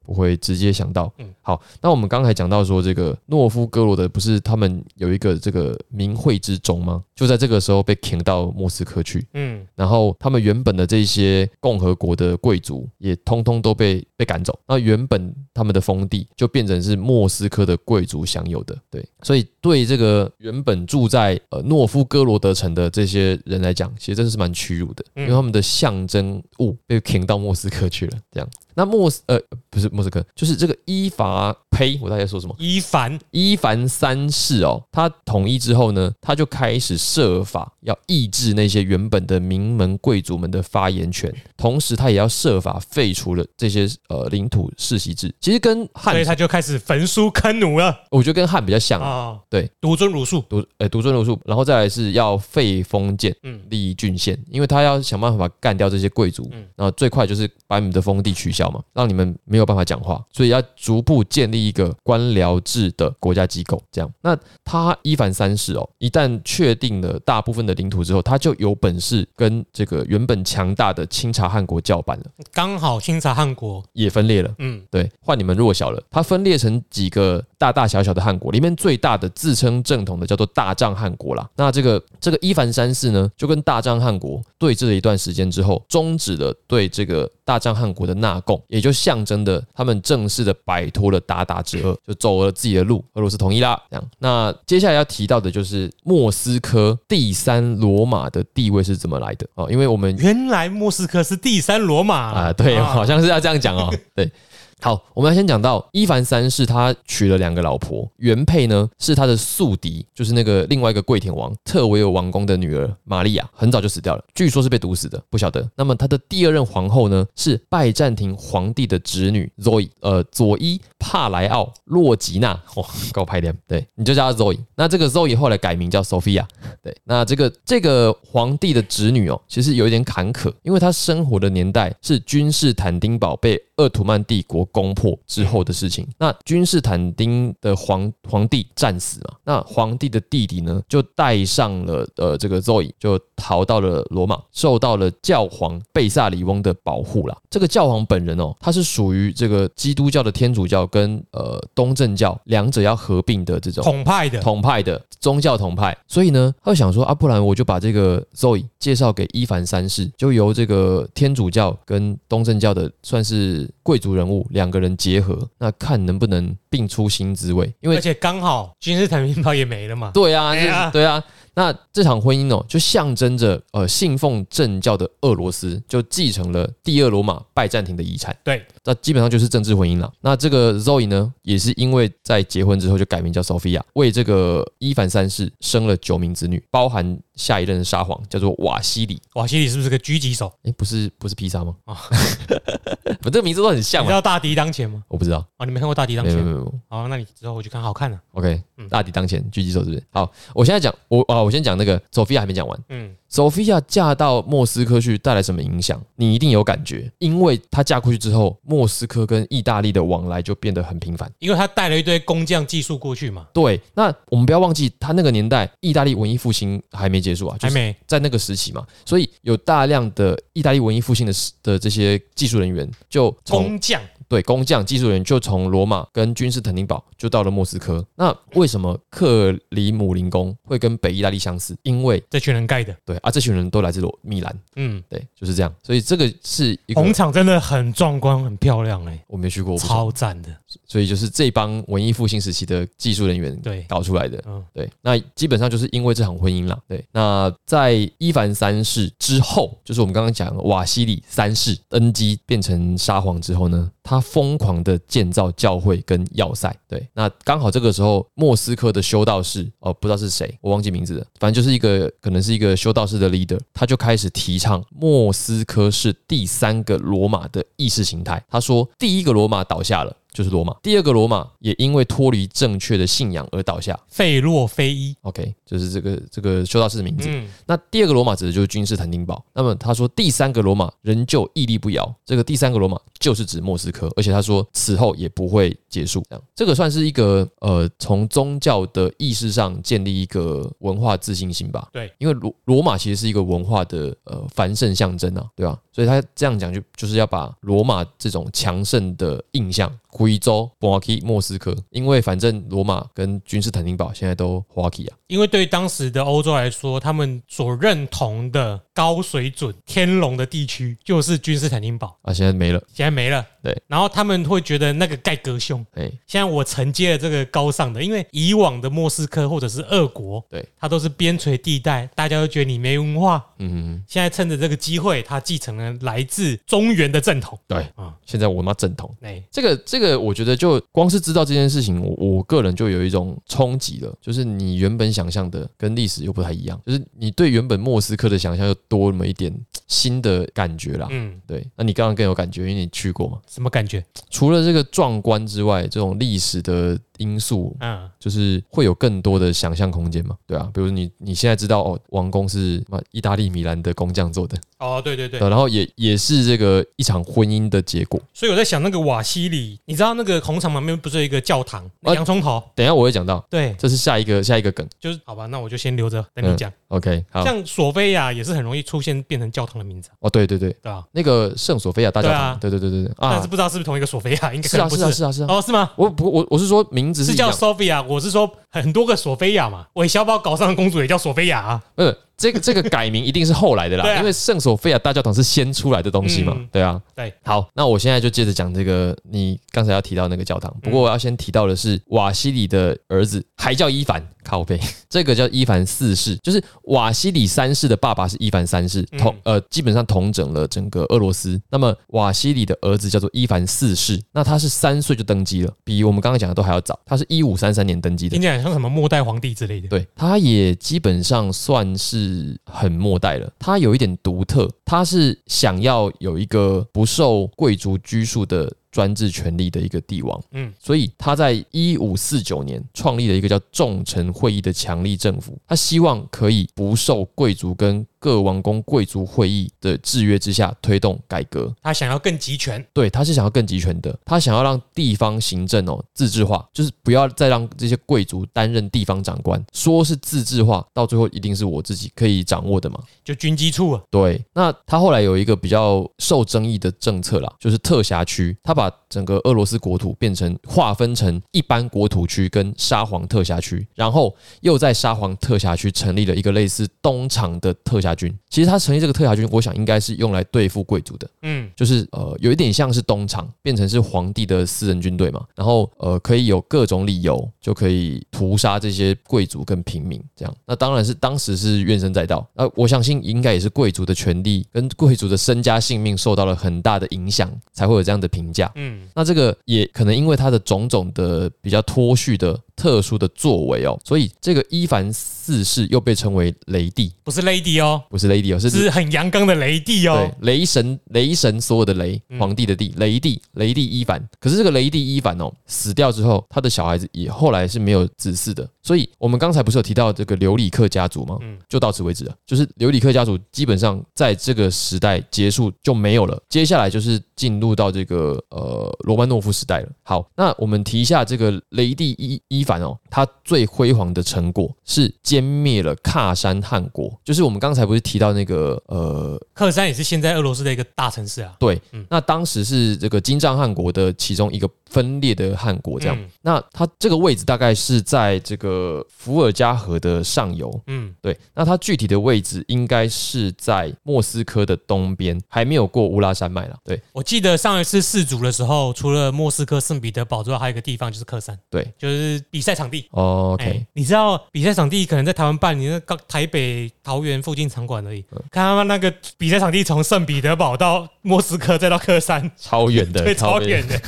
[SPEAKER 1] 不会直接想到。
[SPEAKER 2] 嗯
[SPEAKER 1] 好，那我们刚才讲到说，这个诺夫哥罗德不是他们有一个这个明会之中吗？就在这个时候被请到莫斯科去，
[SPEAKER 2] 嗯，
[SPEAKER 1] 然后他们原本的这些共和国的贵族也通通都被被赶走，那原本他们的封地就变成是莫斯科的贵族享有的，对，所以对这个原本住在呃诺夫哥罗德城的这些人来讲，其实真的是蛮屈辱的，因为他们的象征物被请到莫斯科去了，这样。那莫斯呃不是莫斯科，就是这个伊伐呸，我大概说什么？
[SPEAKER 2] 伊凡，
[SPEAKER 1] 伊凡三世哦，他统一之后呢，他就开始设法要抑制那些原本的名门贵族们的发言权，同时他也要设法废除了这些呃领土世袭制。其实跟汉
[SPEAKER 2] 所以，他就开始焚书坑儒了
[SPEAKER 1] 我觉得跟汉比较像
[SPEAKER 2] 啊、
[SPEAKER 1] 啊，对，
[SPEAKER 2] 独尊儒术，
[SPEAKER 1] 独呃独尊儒术，然后再来是要废封建。
[SPEAKER 2] 嗯，
[SPEAKER 1] 立郡县，因为他要想办法干掉这些贵族，
[SPEAKER 2] 嗯
[SPEAKER 1] 然后最快就是把你们的封地取消嘛，让你们没有办法讲话，所以要逐步建立一个官僚制的国家机构。这样，那他伊凡三世哦，一旦确定了大部分的领土之后，他就有本事跟这个原本强大的清查汗国叫板了，
[SPEAKER 2] 刚好清查汉国，
[SPEAKER 1] 也分裂了。
[SPEAKER 2] 嗯，
[SPEAKER 1] 对，换你们弱小了。它分裂成几个大大小小的汗国，里面最大的自称正统的叫做大藏汗国啦。那这个这个伊凡三世呢，就跟大藏汗国对峙了一段时间之后，终止了对这个大藏汗国的纳贡，也就象征的他们正式的摆脱了鞑靼之恶，就走了自己的路，俄罗斯统一啦。这样，那接下来要提到的就是莫斯科第三罗马的地位是怎么来的哦，因为我们
[SPEAKER 2] 原来莫斯科是第三罗马
[SPEAKER 1] 啊，对，好像是要这样讲哦。对，好，我们要先讲到伊凡三世，他娶了两个老婆，原配呢是他的宿敌，就是那个另外一个跪舔王特维尔王公的女儿玛利亚，很早就死掉了，据说是被毒死的，不晓得。那么他的第二任皇后呢是拜占庭皇帝的侄女 Zoe，呃，佐伊帕莱奥洛吉娜，哦，够拍点，对，你就叫她 Zoe。那这个 Zoe 后来改名叫 Sophia，对，那这个这个皇帝的侄女哦，其实有一点坎坷，因为她生活的年代是君士坦丁堡被鄂图曼帝国攻破之后的事情。那君士坦丁的皇皇帝战死嘛，那皇帝的弟弟呢，就带上了呃这个 Zoe 就逃到了罗马，受到了教皇贝萨里翁的保护啦。这个教皇本人哦，他是属于这个基督教的天主教跟呃东正教两者要合并的这种
[SPEAKER 2] 统派的，
[SPEAKER 1] 统派的宗教统派，所以呢，他就想说啊，不然我就把这个 Zoe 介绍给伊凡三世，就由这个天主教跟东正教的算是贵族人物两个人结合，那看能不能并出新滋味，因为
[SPEAKER 2] 而且刚好君士坦丁堡也没了嘛，
[SPEAKER 1] 对啊，
[SPEAKER 2] 对啊
[SPEAKER 1] 就是对啊。那这场婚姻哦，就象征着呃信奉正教的俄罗斯就继承了第二罗马拜占庭的遗产。
[SPEAKER 2] 对，
[SPEAKER 1] 那基本上就是政治婚姻了。那这个 Zoe 呢，也是因为在结婚之后就改名叫 Sophia，为这个伊凡三世生了九名子女，包含下一任的沙皇叫做瓦西里。
[SPEAKER 2] 瓦西里是不是个狙击手？
[SPEAKER 1] 诶，不是不是披萨吗？
[SPEAKER 2] 哦
[SPEAKER 1] 啊，这个名字都很
[SPEAKER 2] 你
[SPEAKER 1] 像
[SPEAKER 2] 知
[SPEAKER 1] 嘛。
[SPEAKER 2] 道大敌当前吗？
[SPEAKER 1] 我不知道，
[SPEAKER 2] 哦，你没看过大敌当
[SPEAKER 1] 没有没有
[SPEAKER 2] 前？
[SPEAKER 1] 没有没有。
[SPEAKER 2] 好，那你之后回去看，好看的、
[SPEAKER 1] OK，
[SPEAKER 2] 嗯
[SPEAKER 1] 大敌当前，狙击手是不是？好，我现在讲我啊，我先讲那个 Sophia 还没讲完。
[SPEAKER 2] 嗯，
[SPEAKER 1] Sophia 嫁到莫斯科去带来什么影响？你一定有感觉，因为她嫁过去之后，莫斯科跟意大利的往来就变得很频繁。
[SPEAKER 2] 因为他带了一堆工匠技术过去嘛，
[SPEAKER 1] 对，那我们不要忘记，她那个年代意大利文艺复兴还没结束啊，就
[SPEAKER 2] 还
[SPEAKER 1] 是
[SPEAKER 2] 没
[SPEAKER 1] 在那个时期嘛，所以有大量的意大利文艺复兴的的这些技术人员就从
[SPEAKER 2] 工匠，
[SPEAKER 1] 对工匠、技术人员就从罗马跟君士坦丁堡就到了莫斯科。那为什么克里姆林宫会跟北意大利相似？因为
[SPEAKER 2] 这群人盖的。
[SPEAKER 1] 对啊，这群人都来自罗米兰。
[SPEAKER 2] 嗯，
[SPEAKER 1] 对，就是这样。所以这个是一个
[SPEAKER 2] 红场真的很壮观，很漂亮哎、
[SPEAKER 1] 我没去过，我不知道
[SPEAKER 2] 超赞的。
[SPEAKER 1] 所以就是这帮文艺复兴时期的技术人员
[SPEAKER 2] 对，
[SPEAKER 1] 搞出来的。
[SPEAKER 2] 嗯，
[SPEAKER 1] 对，那基本上就是因为这场婚姻啦。对，那在伊凡三世之后，就是我们刚刚讲瓦西里三世登基变成沙皇之后呢，他疯狂的建造教会跟要塞。对，那刚好这个时候莫斯科的修道士哦，不知道是谁，我忘记名字了，反正就是一个可能是一个修道士的 leader，他就开始提倡莫斯科是第三个罗马的意识形态。他说，第一个罗马倒下了。就是罗马，第二个罗马也因为脱离正确的信仰而倒下，
[SPEAKER 2] 费洛菲伊。
[SPEAKER 1] OK，就是这个这个修道士的名字。
[SPEAKER 2] 嗯，
[SPEAKER 1] 那第二个罗马指的就是君士坦丁堡。那么他说第三个罗马仍旧屹立不摇，这个第三个罗马就是指莫斯科，而且他说此后也不会结束。这样，这个算是一个呃从宗教的意识上建立一个文化自信心吧。
[SPEAKER 2] 对，
[SPEAKER 1] 因为罗罗马其实是一个文化的呃繁盛象征啊，对吧、所以他这样讲就就是要把罗马这种强盛的印象回州、波基、莫斯科，因为反正罗马跟君士坦丁堡现在都花基啊。
[SPEAKER 2] 因为对于当时的欧洲来说，他们所认同的高水准天龙的地区就是君士坦丁堡，
[SPEAKER 1] 啊，现在没了，
[SPEAKER 2] 现在没了。
[SPEAKER 1] 对，
[SPEAKER 2] 然后他们会觉得那个盖格凶。
[SPEAKER 1] 哎、
[SPEAKER 2] 现在我承接了这个高尚的，因为以往的莫斯科或者是俄国，
[SPEAKER 1] 对，
[SPEAKER 2] 它都是边陲地带，大家都觉得你没文化。
[SPEAKER 1] 嗯，
[SPEAKER 2] 现在趁着这个机会，他继承了来自中原的正统。
[SPEAKER 1] 对
[SPEAKER 2] 啊，
[SPEAKER 1] 现在我妈正统。
[SPEAKER 2] 哎、
[SPEAKER 1] 这个这个，我觉得就光是知道这件事情，我我个人就有一种冲击了，就是你原本想象的跟历史又不太一样，就是你对原本莫斯科的想象又多那么一点新的感觉啦。
[SPEAKER 2] 嗯，
[SPEAKER 1] 对，那你刚刚更有感觉，因为你去过嘛。
[SPEAKER 2] 什么感觉？
[SPEAKER 1] 除了这个壮观之外，这种历史的因素，
[SPEAKER 2] 嗯，
[SPEAKER 1] 就是会有更多的想象空间嘛。对啊，比如你你现在知道哦，王宫是嘛意大利米兰的工匠做的，
[SPEAKER 2] 哦，对对对，
[SPEAKER 1] 然后也也是这个一场婚姻的结果。
[SPEAKER 2] 所以我在想那个瓦西里，你知道那个红场旁边不是有一个教堂，
[SPEAKER 1] 啊
[SPEAKER 2] 洋葱头？
[SPEAKER 1] 等一下我会讲到，
[SPEAKER 2] 对，
[SPEAKER 1] 这是下一个下一个梗。
[SPEAKER 2] 就是好吧，那我就先留着等你讲。
[SPEAKER 1] OK，好，
[SPEAKER 2] 像索菲亚也是很容易出现变成教堂的名字啊，
[SPEAKER 1] 哦，对对对，
[SPEAKER 2] 对吧？
[SPEAKER 1] 那个圣索菲亚大教堂，对、对对对对
[SPEAKER 2] 但
[SPEAKER 1] 啊
[SPEAKER 2] 是，不知道是不是同一个索菲亚，应该可
[SPEAKER 1] 是
[SPEAKER 2] 能
[SPEAKER 1] 啊
[SPEAKER 2] 不
[SPEAKER 1] 是啊是啊是啊，
[SPEAKER 2] 哦，是吗？
[SPEAKER 1] 我不我我是说名字
[SPEAKER 2] 是
[SPEAKER 1] 一
[SPEAKER 2] 叫
[SPEAKER 1] 样，
[SPEAKER 2] Sophia，我是说很多个索菲亚嘛。韦小宝搞上的公主也叫索菲亚啊，
[SPEAKER 1] 嗯，这个这个改名一定是后来的啦，
[SPEAKER 2] 对啊
[SPEAKER 1] 因为圣索菲亚大教堂是先出来的东西嘛，
[SPEAKER 2] 嗯
[SPEAKER 1] 对啊，
[SPEAKER 2] 对，
[SPEAKER 1] 好，那我现在就接着讲这个你刚才要提到那个教堂，不过我要先提到的是瓦西里的儿子还叫伊凡，靠背，这个叫伊凡四世，就是瓦西里三世的爸爸是伊凡三世，
[SPEAKER 2] 嗯
[SPEAKER 1] 统呃基本上统整了整个俄罗斯。那么瓦西里的儿子叫做伊凡四世，那他是三岁就登基了，比我们刚刚讲的都还要早，他是一五三三年登基的
[SPEAKER 2] 听。起来很像什么末代皇帝之类的。
[SPEAKER 1] 对，他也基本上算是很末代了。他有一点独特，他是想要有一个不受贵族拘束的专制权力的一个帝王。
[SPEAKER 2] 嗯
[SPEAKER 1] 嗯，所以他在一五四九年创立了一个叫众臣会议的强力政府。他希望可以不受贵族跟各王公贵族会议的制约之下，推动改革。
[SPEAKER 2] 他想要更集权，
[SPEAKER 1] 对，他是想要更集权的，他想要让地方行政哦自治化，就是不要再让这些贵族担任地方长官。说是自治化，到最后一定是我自己可以掌握的嘛。
[SPEAKER 2] 就军机处啊，
[SPEAKER 1] 对，那他后来有一个比较受争议的政策啦，就是特辖区，他把整个俄罗斯国土变成划分成一般国土区跟沙皇特辖区，然后又在沙皇特辖区成立了一个类似东厂的特辖军。其实他成立这个特辖军，我想应该是用来对付贵族的，
[SPEAKER 2] 嗯，
[SPEAKER 1] 就是呃有一点像是东厂变成是皇帝的私人军队嘛，然后呃可以有各种理由就可以屠杀这些贵族跟平民这样。那当然是当时是怨声载道，那我相信应该也是贵族的权利跟贵族的身家性命受到了很大的影响，才会有这样的评价。
[SPEAKER 2] 嗯，
[SPEAKER 1] 那这个也可能因为他的种种的比较脱序的特殊的作为哦，所以这个伊凡四世又被称为雷帝，
[SPEAKER 2] 不是 lady 哦，
[SPEAKER 1] 不是雷帝哦，是
[SPEAKER 2] 是很阳刚的雷帝
[SPEAKER 1] 对
[SPEAKER 2] 哦，，
[SPEAKER 1] 雷神，雷神所有的雷，
[SPEAKER 2] 嗯
[SPEAKER 1] 皇帝的帝，雷帝，雷帝伊凡。可是这个雷帝伊凡哦，死掉之后，他的小孩子也后来是没有子嗣的。所以我们刚才不是有提到这个琉里克家族吗？
[SPEAKER 2] 嗯
[SPEAKER 1] 就到此为止了。啊就是琉里克家族基本上在这个时代结束就没有了，接下来就是进入到这个呃罗曼诺夫时代了。好，那我们提一下这个雷帝伊伊凡哦，他最辉煌的成果是歼灭了喀山汗国，就是我们刚才不是提到那个呃
[SPEAKER 2] 克山也是现在俄罗斯的一个大城市啊，
[SPEAKER 1] 对，
[SPEAKER 2] 嗯
[SPEAKER 1] 那当时是这个金帐汗国的其中一个分裂的汗国，这样。
[SPEAKER 2] 嗯
[SPEAKER 1] 那它这个位置大概是在这个伏尔加河的上游。
[SPEAKER 2] 嗯
[SPEAKER 1] 对，那它具体的位置应该是在莫斯科的东边，还没有过乌拉山脉了。对
[SPEAKER 2] 我记得上一次世足的时候，除了莫斯科、圣彼得堡之外，还有一个地方就是克山，
[SPEAKER 1] 对、
[SPEAKER 2] 就是比赛场地。
[SPEAKER 1] 哦、，OK，、
[SPEAKER 2] 哎你知道比赛场地可能在台湾办，你那刚台北、桃园附近场馆而已。
[SPEAKER 1] 嗯
[SPEAKER 2] 看他们那个比赛场地，从圣彼得堡到莫斯科，再到 克山，
[SPEAKER 1] 超远的，
[SPEAKER 2] 对，超远。的，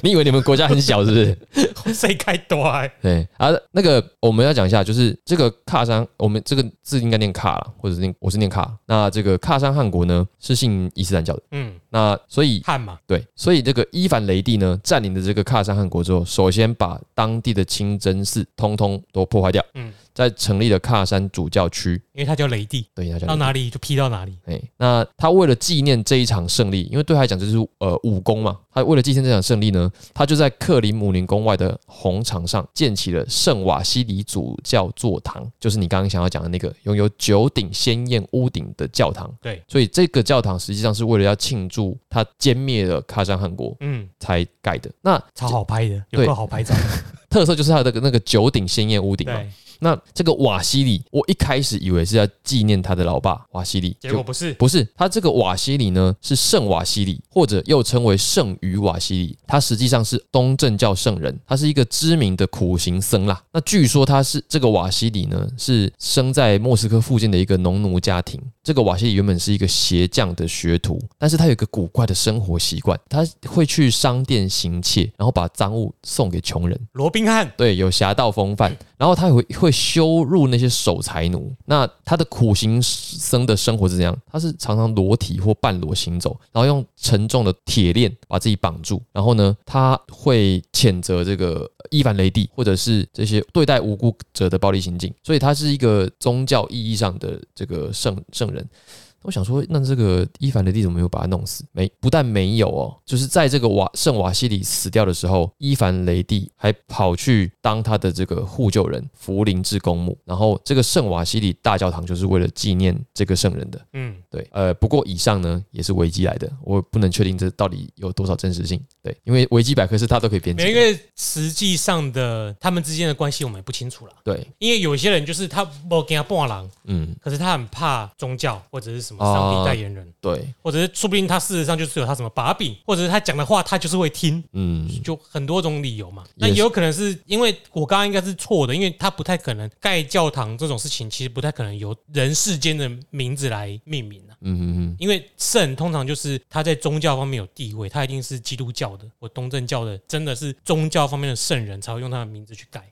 [SPEAKER 1] 你以为你们国家很小是不是？
[SPEAKER 2] 谁开多哎？
[SPEAKER 1] 对啊，那个我们要讲一下，就是这个喀山，我们这个字应该念喀啦，或者是念我是念喀。那这个喀山汗国呢是信伊斯兰教的，
[SPEAKER 2] 嗯，
[SPEAKER 1] 那所以
[SPEAKER 2] 看嘛，
[SPEAKER 1] 对，所以这个伊凡雷帝呢，占领了这个喀山汗国之后，首先把当地的清真寺通通都破坏掉，
[SPEAKER 2] 嗯
[SPEAKER 1] 再成立了喀山主教区。
[SPEAKER 2] 因为他叫雷帝，
[SPEAKER 1] 对，他叫
[SPEAKER 2] 到哪里就劈到哪里。
[SPEAKER 1] 哎，那他为了纪念这一场胜利，因为对他来讲就是呃武功嘛，他为了纪念这场胜利呢，他就在克里姆林宫外的红场上建起了圣瓦西里主教座堂，就是你刚刚想要讲的那个拥有九顶鲜艳屋顶的教堂。
[SPEAKER 2] 对，
[SPEAKER 1] 所以这个教堂实际上是为了要庆祝他歼灭了喀山汗国
[SPEAKER 2] 嗯，
[SPEAKER 1] 才盖的。那
[SPEAKER 2] 超好拍的，有
[SPEAKER 1] 对
[SPEAKER 2] 够好拍照的。
[SPEAKER 1] 特色就是它的那个那个九顶鲜艳屋顶嘛。
[SPEAKER 2] 对，
[SPEAKER 1] 那这个瓦西里，我一开始以为是要纪念他的老爸瓦西里，
[SPEAKER 2] 结果不是
[SPEAKER 1] 就。不是。他这个瓦西里呢，是圣瓦西里，或者又称为圣于瓦西里。他实际上是东正教圣人，他是一个知名的苦行僧啦。那据说他是这个瓦西里呢，是生在莫斯科附近的一个农奴家庭。这个瓦西里原本是一个鞋匠的学徒，但是他有一个古怪的生活习惯，他会去商店行窃，然后把赃物送给穷人。
[SPEAKER 2] 罗宾汉，
[SPEAKER 1] 对，有侠盗风范，然后他也会会羞辱那些守财奴。那他的苦行僧的生活是怎样？他是常常裸体或半裸行走，然后用沉重的铁链把自己绑住。然后呢，他会谴责这个伊凡雷帝或者是这些对待无辜者的暴力行径。所以他是一个宗教意义上的这个圣圣人。我想说，那这个伊凡雷帝怎么没有把他弄死？没，不但没有哦，就是在这个瓦圣瓦西里死掉的时候，伊凡雷帝还跑去当他的这个护救人福林至公墓。然后这个圣瓦西里大教堂就是为了纪念这个圣人的。
[SPEAKER 2] 嗯，
[SPEAKER 1] 对，呃，不过以上呢也是维基来的，我不能确定这到底有多少真实性。对，因为维基百科是它都可以编
[SPEAKER 2] 每
[SPEAKER 1] 辑
[SPEAKER 2] 一
[SPEAKER 1] 的。
[SPEAKER 2] 个实际上的他们之间的关系我们也不清楚了，
[SPEAKER 1] 对，
[SPEAKER 2] 因为有些人就是他不给他半狼，
[SPEAKER 1] 嗯，
[SPEAKER 2] 可是他很怕宗教或者是什么上帝代言人，
[SPEAKER 1] 对，
[SPEAKER 2] 或者是说不定他事实上就是有他什么把柄，或者是他讲的话他就是会听，
[SPEAKER 1] 嗯，
[SPEAKER 2] 就很多种理由嘛。
[SPEAKER 1] 也
[SPEAKER 2] 那
[SPEAKER 1] 是
[SPEAKER 2] 也有可能是因为我刚刚应该是错的，因为他不太可能盖教堂这种事情，其实不太可能由人世间的名字来命名啊。
[SPEAKER 1] 嗯嗯嗯，
[SPEAKER 2] 因为圣通常就是他在宗教方面有地位，他一定是基督教的或东正教的，真的是宗教方面的圣人才会用他的名字去改。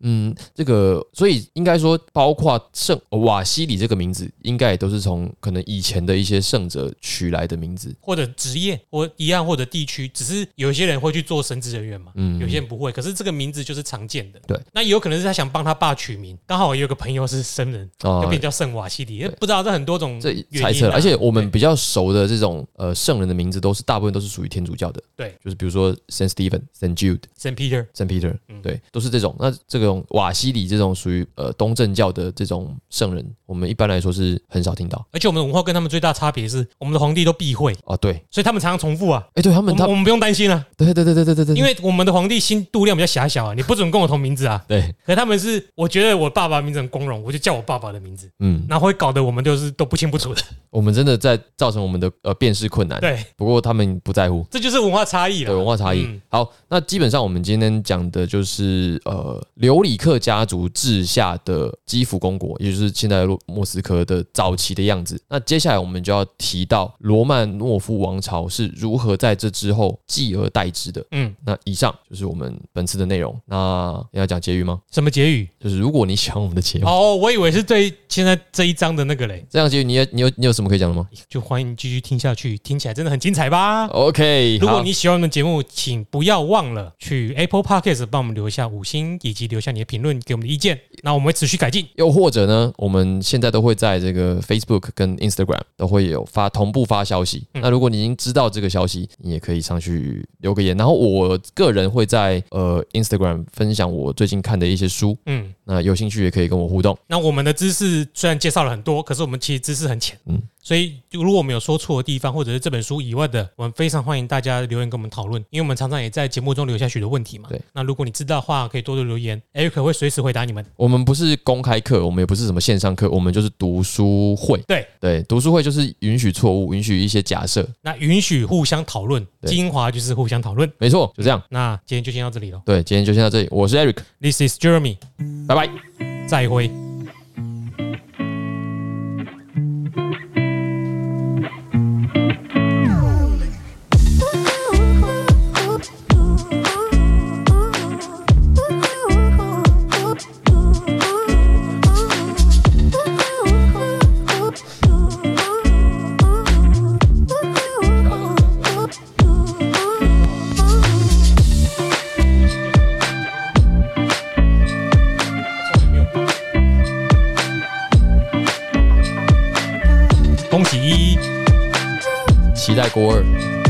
[SPEAKER 1] 嗯，这个所以应该说，包括圣瓦西里这个名字，应该也都是从可能以前的一些圣者取来的名字。
[SPEAKER 2] 或者职业或一样或者地区，只是有一些人会去做神职人员嘛，
[SPEAKER 1] 嗯
[SPEAKER 2] 有些人不会。可是这个名字就是常见的，
[SPEAKER 1] 对。
[SPEAKER 2] 那也有可能是他想帮他爸取名，刚好我有个朋友是僧人，
[SPEAKER 1] 啊
[SPEAKER 2] 就变叫圣瓦西里，不知道这很多种
[SPEAKER 1] 这
[SPEAKER 2] 原因啊
[SPEAKER 1] 猜测了，而且我们
[SPEAKER 2] 对
[SPEAKER 1] 比较熟的这种呃圣人的名字，都是大部分都是属于天主教的，
[SPEAKER 2] 对，
[SPEAKER 1] 就是比如说 Saint Stephen、Saint Jude、
[SPEAKER 2] Saint Peter，
[SPEAKER 1] Saint Peter，、
[SPEAKER 2] 嗯
[SPEAKER 1] 对，都是这种种，那这种瓦西里这种属于呃东正教的这种圣人，我们一般来说是很少听到
[SPEAKER 2] 而且我们的文化跟他们最大差别是，我们的皇帝都避讳，
[SPEAKER 1] 啊。对，
[SPEAKER 2] 所以他们常常重复啊。
[SPEAKER 1] 哎，对他
[SPEAKER 2] 我
[SPEAKER 1] 们嗯
[SPEAKER 2] 们
[SPEAKER 1] 他
[SPEAKER 2] 我们不用担心啊，
[SPEAKER 1] 对对对对对对对，
[SPEAKER 2] 因为我们的皇帝心度量比较狭小啊，你不准跟我同名字啊。
[SPEAKER 1] 对，
[SPEAKER 2] 可他们是，我觉得我爸爸名字很光荣，我就叫我爸爸的名字，
[SPEAKER 1] 嗯，
[SPEAKER 2] 然后会搞得我们就是都不清 不楚的。
[SPEAKER 1] 我们真的在造成我们的呃辨识困难。，
[SPEAKER 2] 对，
[SPEAKER 1] 不过他们不在乎。
[SPEAKER 2] 这就是文化差异
[SPEAKER 1] 对
[SPEAKER 2] 了。
[SPEAKER 1] 文化差异、
[SPEAKER 2] 嗯
[SPEAKER 1] 好，那基本上我们今天讲的就是呃，琉里克家族治下的基辅公国，也就是现在的洛莫斯科的早期的样子。那接下来我们就要提到罗曼诺夫王朝是如何在这之后继而代之的。
[SPEAKER 2] 嗯，
[SPEAKER 1] 那以上就是我们本次的内容。那要讲结语吗？
[SPEAKER 2] 什么结语？
[SPEAKER 1] 就是如果你喜欢我们的节目，
[SPEAKER 2] 哦，我以为是对现在这一章的那个嘞，
[SPEAKER 1] 这样结语你有你有你有什么可以讲的吗
[SPEAKER 2] 就欢迎继续听下去，听起来真的很精彩吧？
[SPEAKER 1] ？OK，
[SPEAKER 2] 如
[SPEAKER 1] 哦
[SPEAKER 2] 果
[SPEAKER 1] 好
[SPEAKER 2] 你喜欢我们的节目，请不要忘了去 Apple Podcast 帮我们留下五星，以及留下你的评论，给我们的意见。那我们会持续改进。
[SPEAKER 1] 又或者呢，我们现在都会在这个 Facebook 跟 Instagram 都会有发同步发消息。那如果你已经知道这个消息，你也可以上去留个言。然后我个人会在呃 Instagram 分享我最近看的一些书，
[SPEAKER 2] 嗯，
[SPEAKER 1] 那有兴趣也可以跟我互动。
[SPEAKER 2] 那我们的知识虽然介绍了很多，可是我们其实知识很浅。
[SPEAKER 1] 嗯
[SPEAKER 2] 嗯，所以如果我们有说错的地方，或者是这本书以外的，我们非常欢迎大家留言跟我们讨论，因为我们常常也在节目中留下许多问题嘛。
[SPEAKER 1] 对。
[SPEAKER 2] 那如果你知道的话，可以多多留言，Eric 会随时回答你们。
[SPEAKER 1] 我们不是公开课，我们也不是什么线上课，我们就是读书会。
[SPEAKER 2] 对
[SPEAKER 1] 对，读书会就是允许错误，允许一些假设。
[SPEAKER 2] 那允许互相讨论，
[SPEAKER 1] 对
[SPEAKER 2] 精华就是互相讨论。
[SPEAKER 1] 没错，就这样。
[SPEAKER 2] 那今天就先到这里了。
[SPEAKER 1] 对，今天就先到这里。我是 Eric，
[SPEAKER 2] This is Jeremy，
[SPEAKER 1] 拜拜。
[SPEAKER 2] 再会。恭喜一。
[SPEAKER 1] 期待国二。